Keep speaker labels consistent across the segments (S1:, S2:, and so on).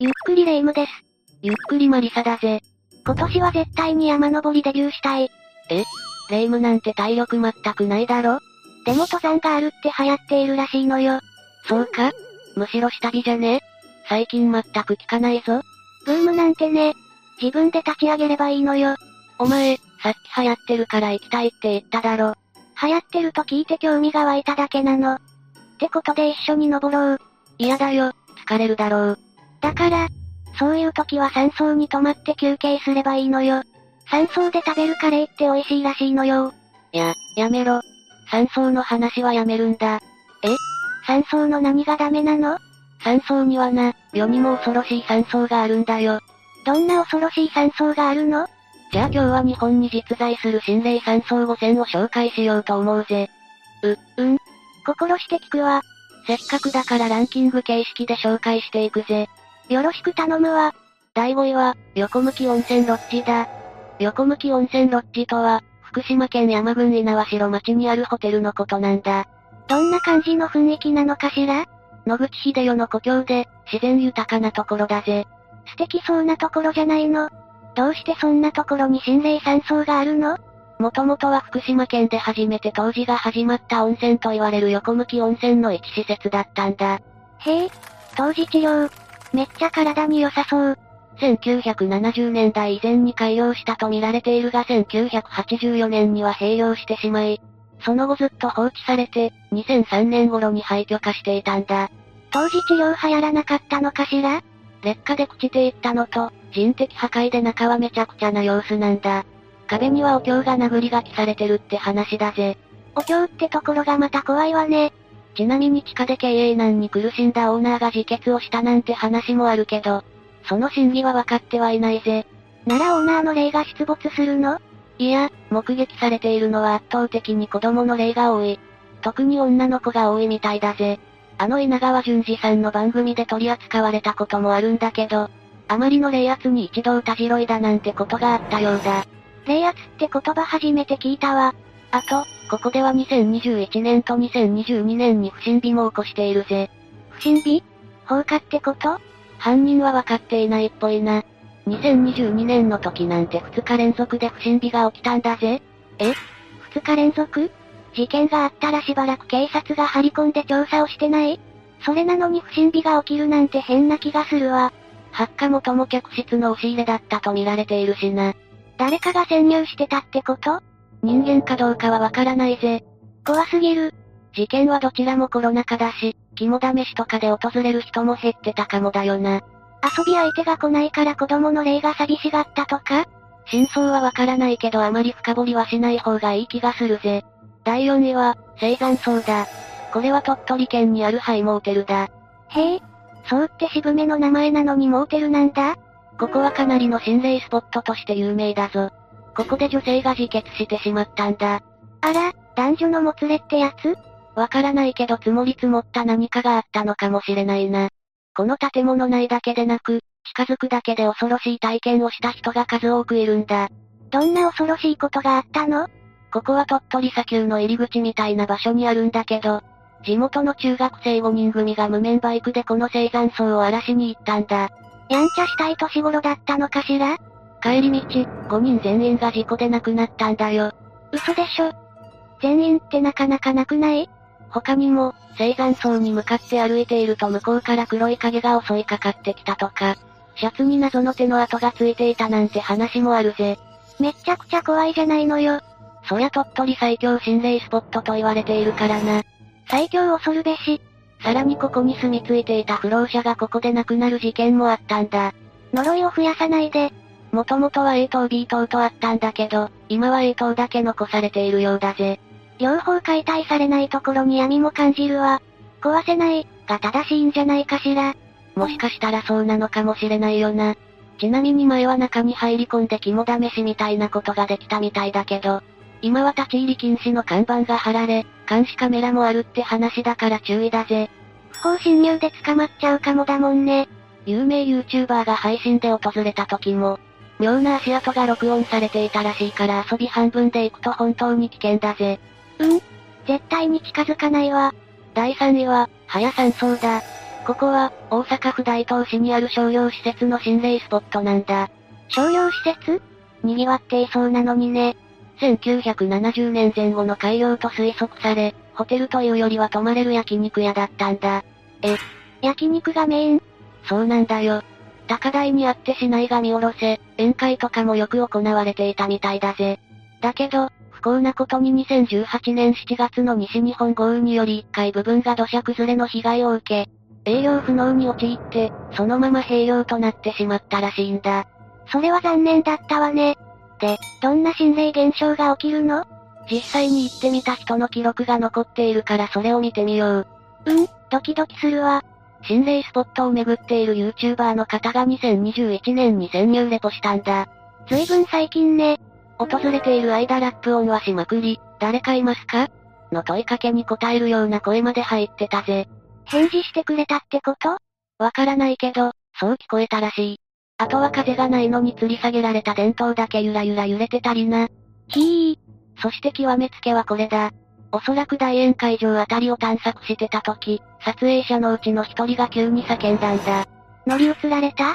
S1: ゆっくりレ夢ムです。
S2: ゆっくりマリサだぜ。
S1: 今年は絶対に山登りデビューしたい。
S2: 霊夢なんて体力全くないだろ
S1: でも登山があるって流行っているらしいのよ。
S2: そうかむしろ下火じゃね最近全く聞かないぞ。
S1: ブームなんてね。自分で立ち上げればいいのよ。
S2: お前、さっき流行ってるから行きたいって言っただろ。
S1: 流行ってると聞いて興味が湧いただけなの。ってことで一緒に登ろう。
S2: 嫌だよ、疲れるだろう。
S1: だから、そういう時は山荘に泊まって休憩すればいいのよ。山荘で食べるカレーって美味しいらしいのよ。
S2: いや、やめろ。山荘の話はやめるんだ。
S1: 山荘の何がダメなの
S2: 山荘にはな、世にも恐ろしい山荘があるんだよ。
S1: どんな恐ろしい山荘があるの
S2: じゃあ今日は日本に実在する心霊山荘5000を紹介しようと思うぜ。う、うん。
S1: 心して聞くわ。
S2: せっかくだからランキング形式で紹介していくぜ。
S1: よろしく頼むわ。
S2: 第5位は、横向き温泉ロッジだ。横向き温泉ロッジとは、福島県山郡猪苗代町にあるホテルのことなんだ。
S1: どんな感じの雰囲気なのかしら
S2: 野口秀世の故郷で、自然豊かなところだぜ。
S1: 素敵そうなところじゃないの。どうしてそんなところに心霊山荘があるの
S2: もともとは福島県で初めて当時が始まった温泉と言われる横向き温泉の一施設だったんだ。
S1: へえ、当時治療。めっちゃ体に良さそう。
S2: 1970年代以前に開業したと見られているが1984年には閉業してしまい、その後ずっと放置されて、2003年頃に廃墟化していたんだ。
S1: 当時治療流行らなかったのかしら
S2: 劣化で朽ちていったのと、人的破壊で中はめちゃくちゃな様子なんだ。壁にはお経が殴り書きされてるって話だぜ。
S1: お経ってところがまた怖いわね。
S2: ちなみに地下で経営難に苦しんだオーナーが自決をしたなんて話もあるけど、その真偽は分かってはいないぜ。
S1: ならオーナーの霊が出没するの
S2: いや、目撃されているのは圧倒的に子供の例が多い。特に女の子が多いみたいだぜ。あの稲川淳二さんの番組で取り扱われたこともあるんだけど、あまりの霊圧に一度たじろいだなんてことがあったようだ。
S1: 霊圧って言葉初めて聞いたわ。
S2: あと、ここでは2021年と2022年に不審火も起こしているぜ。
S1: 不審火放火ってこと
S2: 犯人は分かっていないっぽいな。2022年の時なんて2日連続で不審火が起きたんだぜ。
S1: 二日連続事件があったらしばらく警察が張り込んで調査をしてないそれなのに不審火が起きるなんて変な気がするわ。
S2: 発火元も客室の押し入れだったと見られているしな。
S1: 誰かが潜入してたってこと
S2: 人間かどうかはわからないぜ。
S1: 怖すぎる。
S2: 事件はどちらもコロナ禍だし、肝試しとかで訪れる人も減ってたかもだよな。
S1: 遊び相手が来ないから子供の霊が寂しがったとか
S2: 真相はわからないけどあまり深掘りはしない方がいい気がするぜ。第4位は、青山荘だ。これは鳥取県にあるハイモーテルだ。
S1: へえ。そうって渋めの名前なのにモーテルなんだ
S2: ここはかなりの心霊スポットとして有名だぞ。ここで女性が自決してしまったんだ。
S1: あら、男女のもつれってやつ
S2: わからないけど積もり積もった何かがあったのかもしれないな。この建物内だけでなく、近づくだけで恐ろしい体験をした人が数多くいるんだ。
S1: どんな恐ろしいことがあったの
S2: ここは鳥取砂丘の入り口みたいな場所にあるんだけど、地元の中学生5人組が無面バイクでこの青山荘を荒らしに行ったんだ。
S1: やんちゃしたい年頃だったのかしら
S2: 帰り道、5人全員が事故で亡くなったんだよ。
S1: 嘘でしょ。全員ってなかなかなくない
S2: 他にも、青山層に向かって歩いていると向こうから黒い影が襲いかかってきたとか、シャツに謎の手の跡がついていたなんて話もあるぜ。
S1: めっちゃくちゃ怖いじゃないのよ。
S2: そりゃ鳥取最強心霊スポットと言われているからな。
S1: 最強恐るべし。
S2: さらにここに住み着いていた不老者がここで亡くなる事件もあったんだ。
S1: 呪いを増やさないで。
S2: もともとは A 棟 B 棟とあったんだけど、今は A 棟だけ残されているようだぜ。
S1: 両方解体されないところに闇も感じるわ。壊せない、が正しいんじゃないかしら。
S2: もしかしたらそうなのかもしれないよな。ちなみに前は中に入り込んで肝試しみたいなことができたみたいだけど、今は立ち入り禁止の看板が貼られ、監視カメラもあるって話だから注意だぜ。
S1: 不法侵入で捕まっちゃうかもだもんね。
S2: 有名 YouTuber が配信で訪れた時も、妙な足跡が録音されていたらしいから遊び半分で行くと本当に危険だぜ。
S1: 絶対に近づかないわ。
S2: 第3位は、早山荘だ。ここは、大阪府大東市にある商業施設の心霊スポットなんだ。
S1: 商業施設
S2: 賑わっていそうなのにね。1970年前後の開業と推測され、ホテルというよりは泊まれる焼肉屋だったんだ。え、
S1: 焼肉がメイン
S2: そうなんだよ。高台にあって市内が見下ろせ、宴会とかもよく行われていたみたいだぜ。だけど、不幸なことに2018年7月の西日本豪雨により1階部分が土砂崩れの被害を受け、営業不能に陥って、そのまま閉業となってしまったらしいんだ。
S1: それは残念だったわね。で、どんな心霊現象が起きるの
S2: 実際に行ってみた人の記録が残っているからそれを見てみよう。
S1: うん、ドキドキするわ。
S2: 心霊スポットを巡っている YouTuber の方が2021年に潜入レポしたんだ。
S1: 随分最近ね。
S2: 訪れている間ラップ音はしまくり、誰かいますかの問いかけに答えるような声まで入ってたぜ。
S1: 返事してくれたってこと
S2: わからないけど、そう聞こえたらしい。あとは風がないのに吊り下げられた電灯だけゆらゆら揺れてたりな。
S1: ひー。
S2: そして極めつけはこれだ。おそらく大宴会場あたりを探索してた時、撮影者のうちの一人が急に叫んだんだ。
S1: 乗り移られた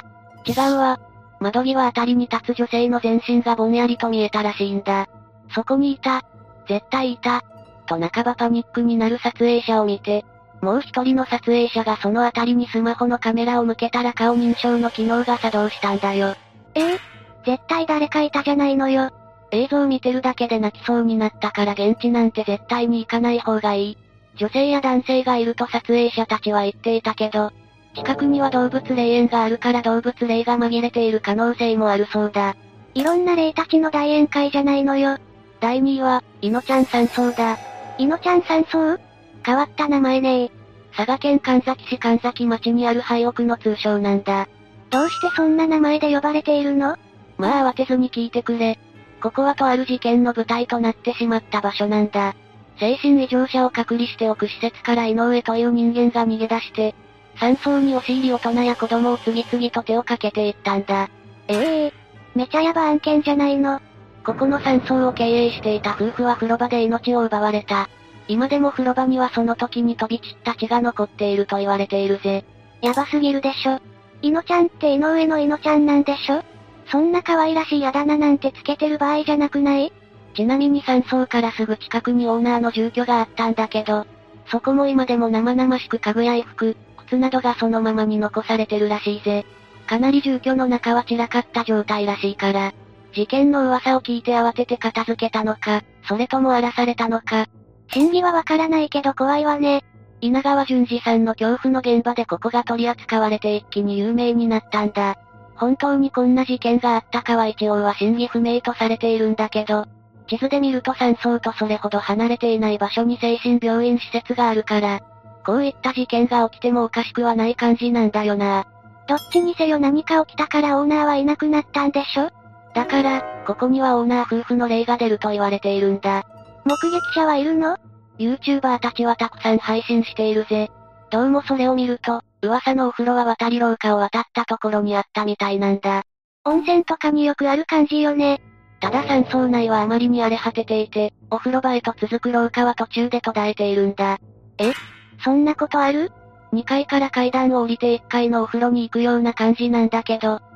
S2: 違うわ。窓際あたりに立つ女性の全身がぼんやりと見えたらしいんだ。そこにいた。絶対いた。と半ばパニックになる撮影者を見て、もう一人の撮影者がそのあたりにスマホのカメラを向けたら顔認証の機能が作動したんだよ。
S1: えー、絶対誰かいたじゃないのよ。
S2: 映像見てるだけで泣きそうになったから現地なんて絶対に行かない方がいい。女性や男性がいると撮影者たちは言っていたけど、近くには動物霊園があるから動物霊が紛れている可能性もあるそうだ。
S1: いろんな霊たちの大宴会じゃないのよ。
S2: 第2位は、いのちゃん山荘だ。
S1: いのちゃん山荘変わった名前ねー。
S2: 佐賀県神崎市神崎町にある廃屋の通称なんだ。
S1: どうしてそんな名前で呼ばれているの
S2: まあ慌てずに聞いてくれ。ここはとある事件の舞台となってしまった場所なんだ。精神異常者を隔離しておく施設から井上という人間が逃げ出して、山荘に押し入り大人や子供を次々と手をかけていったんだ。
S1: ええー、めちゃヤバ案件じゃないの。
S2: ここの山荘を経営していた夫婦は風呂場で命を奪われた。今でも風呂場にはその時に飛び散った血が残っていると言われているぜ。
S1: ヤバすぎるでしょ。いのちゃんって井上のいのちゃんなんでしょそんな可愛らしいあだ名なんてつけてる場合じゃなくない
S2: ちなみに山荘からすぐ近くにオーナーの住居があったんだけど、そこも今でも生々しく家具や衣服、靴などがそのままに残されてるらしいぜ。かなり住居の中は散らかった状態らしいから、事件の噂を聞いて慌てて片付けたのか、それとも荒らされたのか。
S1: 真偽はわからないけど怖いわね。
S2: 稲川淳二さんの恐怖の現場でここが取り扱われて一気に有名になったんだ。本当にこんな事件があったかは一応は真偽不明とされているんだけど、地図で見ると山荘とそれほど離れていない場所に精神病院施設があるから、こういった事件が起きてもおかしくはない感じなんだよな。
S1: どっちにせよ何か起きたからオーナーはいなくなったんでしょ
S2: だから、ここにはオーナー夫婦の霊が出ると言われているんだ。
S1: 目撃者はいるの
S2: ?YouTuber たちはたくさん配信しているぜ。どうもそれを見ると、噂のお風呂は渡り廊下を渡ったところにあったみたいなんだ。
S1: 温泉とかによくある感じよね。
S2: ただ山荘内はあまりに荒れ果てていて、お風呂場へと続く廊下は途中で途絶えているんだ。
S1: えそんなことある
S2: ?2 階から階段を降りて1階のお風呂に行くような感じなんだけど、ぷっ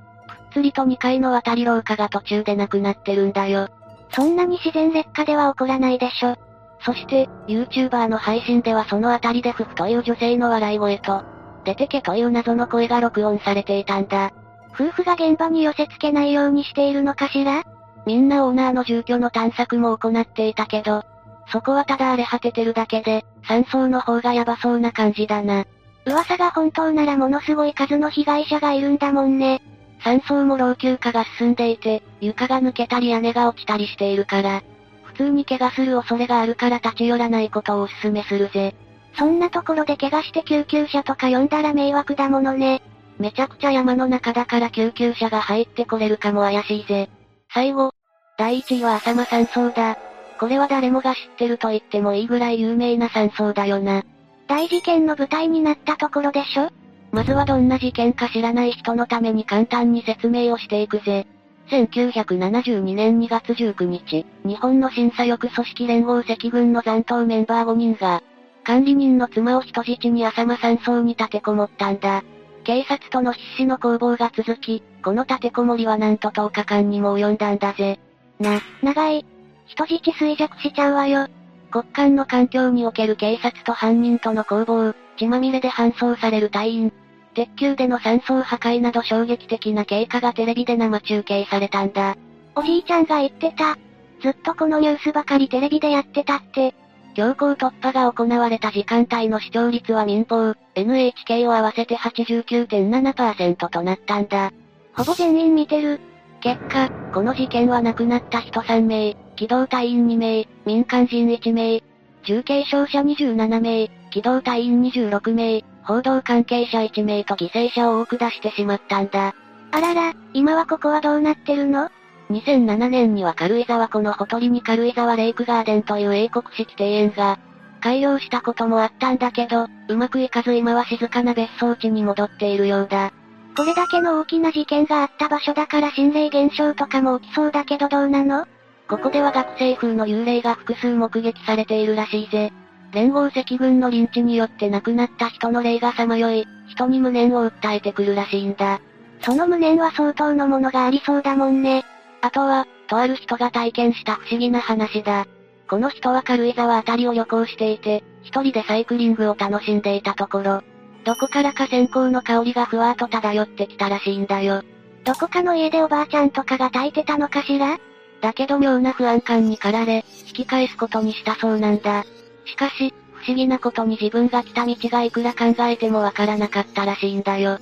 S2: つりと2階の渡り廊下が途中でなくなってるんだよ。
S1: そんなに自然劣化では起こらないでしょ。
S2: そして、YouTuber の配信ではそのあたりでふふという女性の笑い声と、出てけという謎の声が録音されていたんだ。
S1: 夫婦が現場に寄せ付けないようにしているのかしら
S2: みんなオーナーの住居の探索も行っていたけど、そこはただ荒れ果ててるだけで、山荘の方がヤバそうな感じだな。
S1: 噂が本当ならものすごい数の被害者がいるんだもんね。
S2: 山荘も老朽化が進んでいて、床が抜けたり屋根が落ちたりしているから、普通に怪我する恐れがあるから立ち寄らないことをお勧めするぜ。
S1: そんなところで怪我して救急車とか呼んだら迷惑だものね。
S2: めちゃくちゃ山の中だから救急車が入ってこれるかも怪しいぜ。最後、第1位は浅間山荘だ。これは誰もが知ってると言ってもいいぐらい有名な山荘だよな。
S1: 大事件の舞台になったところでしょ
S2: まずはどんな事件か知らない人のために簡単に説明をしていくぜ。1972年2月19日、日本の審査翼組織連合赤軍の残党メンバー5人が、管理人の妻を人質に浅間山荘に立てこもったんだ。警察との必死の攻防が続き、この立てこもりはなんと10日間にも及んだんだぜ。
S1: な、長い。人質衰弱しちゃうわよ。
S2: 国間の環境における警察と犯人との攻防、血まみれで搬送される隊員、鉄球での山荘破壊など衝撃的な経過がテレビで生中継されたんだ。
S1: おじいちゃんが言ってた。ずっとこのニュースばかりテレビでやってたって。
S2: 強行突破が行われた時間帯の視聴率は民放、NHK を合わせて89.7%となったんだ。
S1: ほぼ全員見てる。
S2: 結果、この事件は亡くなった人3名、機動隊員2名、民間人1名、重軽傷者27名、機動隊員26名、報道関係者1名と犠牲者を多く出してしまったんだ。
S1: あらら、今はここはどうなってるの
S2: 2007年には軽井沢湖のほとりに軽井沢レイクガーデンという英国式庭園が開業したこともあったんだけど、うまくいかず今は静かな別荘地に戻っているようだ。
S1: これだけの大きな事件があった場所だから心霊現象とかも起きそうだけどどうなの
S2: ここでは学生風の幽霊が複数目撃されているらしいぜ。連合赤軍の臨地によって亡くなった人の霊がさまよい、人に無念を訴えてくるらしいんだ。
S1: その無念は相当のものがありそうだもんね。
S2: あとは、とある人が体験した不思議な話だ。この人は軽井沢あたりを旅行していて、一人でサイクリングを楽しんでいたところ、どこからか線香の香りがふわーっと漂ってきたらしいんだよ。
S1: どこかの家でおばあちゃんとかが炊いてたのかしら
S2: だけど妙な不安感に駆られ、引き返すことにしたそうなんだ。しかし、不思議なことに自分が来た道がいくら考えてもわからなかったらしいんだよ。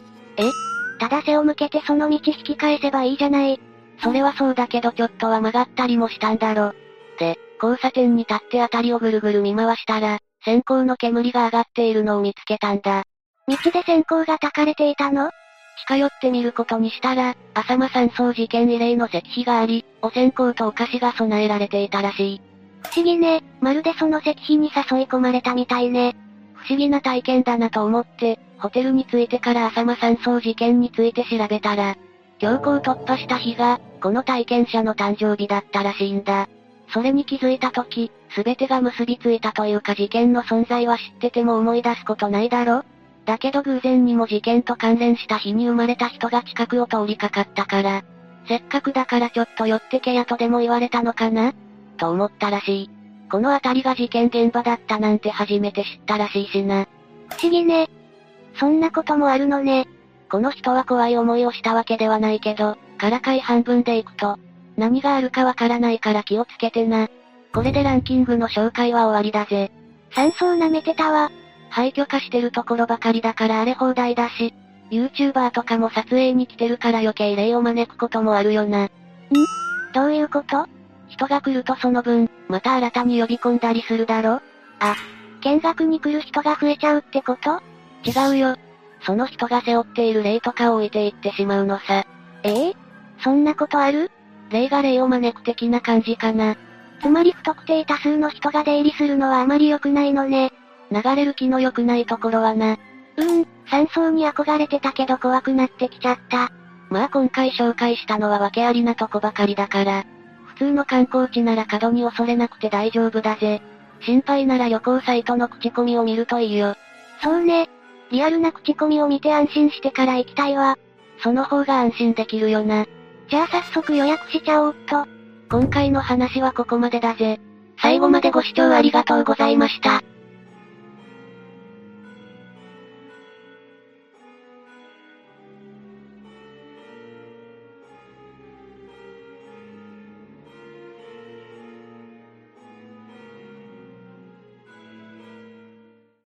S1: ただ背を向けてその道引き返せばいいじゃない。
S2: それはそうだけどちょっとは曲がったりもしたんだろ。で、交差点に立って辺りをぐるぐる見回したら、線香の煙が上がっているのを見つけたんだ。
S1: 道で線香が焚かれていたの
S2: 近寄ってみることにしたら、浅間山荘事件以来の石碑があり、お線香とお菓子が備えられていたらしい。
S1: 不思議ね。まるでその石碑に誘い込まれたみたいね。
S2: 不思議な体験だなと思って、ホテルに着いてから浅間山荘事件について調べたら、強行突破した日が、この体験者の誕生日だったらしいんだ。それに気づいた時、すべてが結びついたというか事件の存在は知ってても思い出すことないだろだけど偶然にも事件と関連した日に生まれた人が近くを通りかかったから、せっかくだからちょっと寄ってけやとでも言われたのかなと思ったらしい。この辺りが事件現場だったなんて初めて知ったらしいしな。
S1: 不思議ね。そんなこともあるのね。
S2: この人は怖い思いをしたわけではないけど、からかい半分で行くと、何があるかわからないから気をつけてな。これでランキングの紹介は終わりだぜ。
S1: 山荘舐めてたわ。
S2: 廃墟化してるところばかりだから荒れ放題だし、YouTuber とかも撮影に来てるから余計霊を招くこともあるよな。
S1: どういうこと
S2: 人が来るとその分、また新たに呼び込んだりするだろ
S1: 見学に来る人が増えちゃうってこと
S2: 違うよ。その人が背負っている霊とかを置いていってしまうのさ。
S1: ええそんなことある
S2: 霊が霊を招く的な感じかな。
S1: つまり不特定多数の人が出入りするのはあまり良くないのね。
S2: 流れる気の良くないところはな。
S1: うーん、山荘に憧れてたけど怖くなってきちゃった。
S2: まあ今回紹介したのは訳ありなとこばかりだから。普通の観光地なら過度に恐れなくて大丈夫だぜ。心配なら旅行サイトの口コミを見るといいよ。
S1: そうね。リアルな口コミを見て安心してから行きたいわ。
S2: その方が安心できるよな。
S1: じゃあ早速予約しちゃおうっと。
S2: 今回の話はここまでだぜ。最後までご視聴ありがとうございました。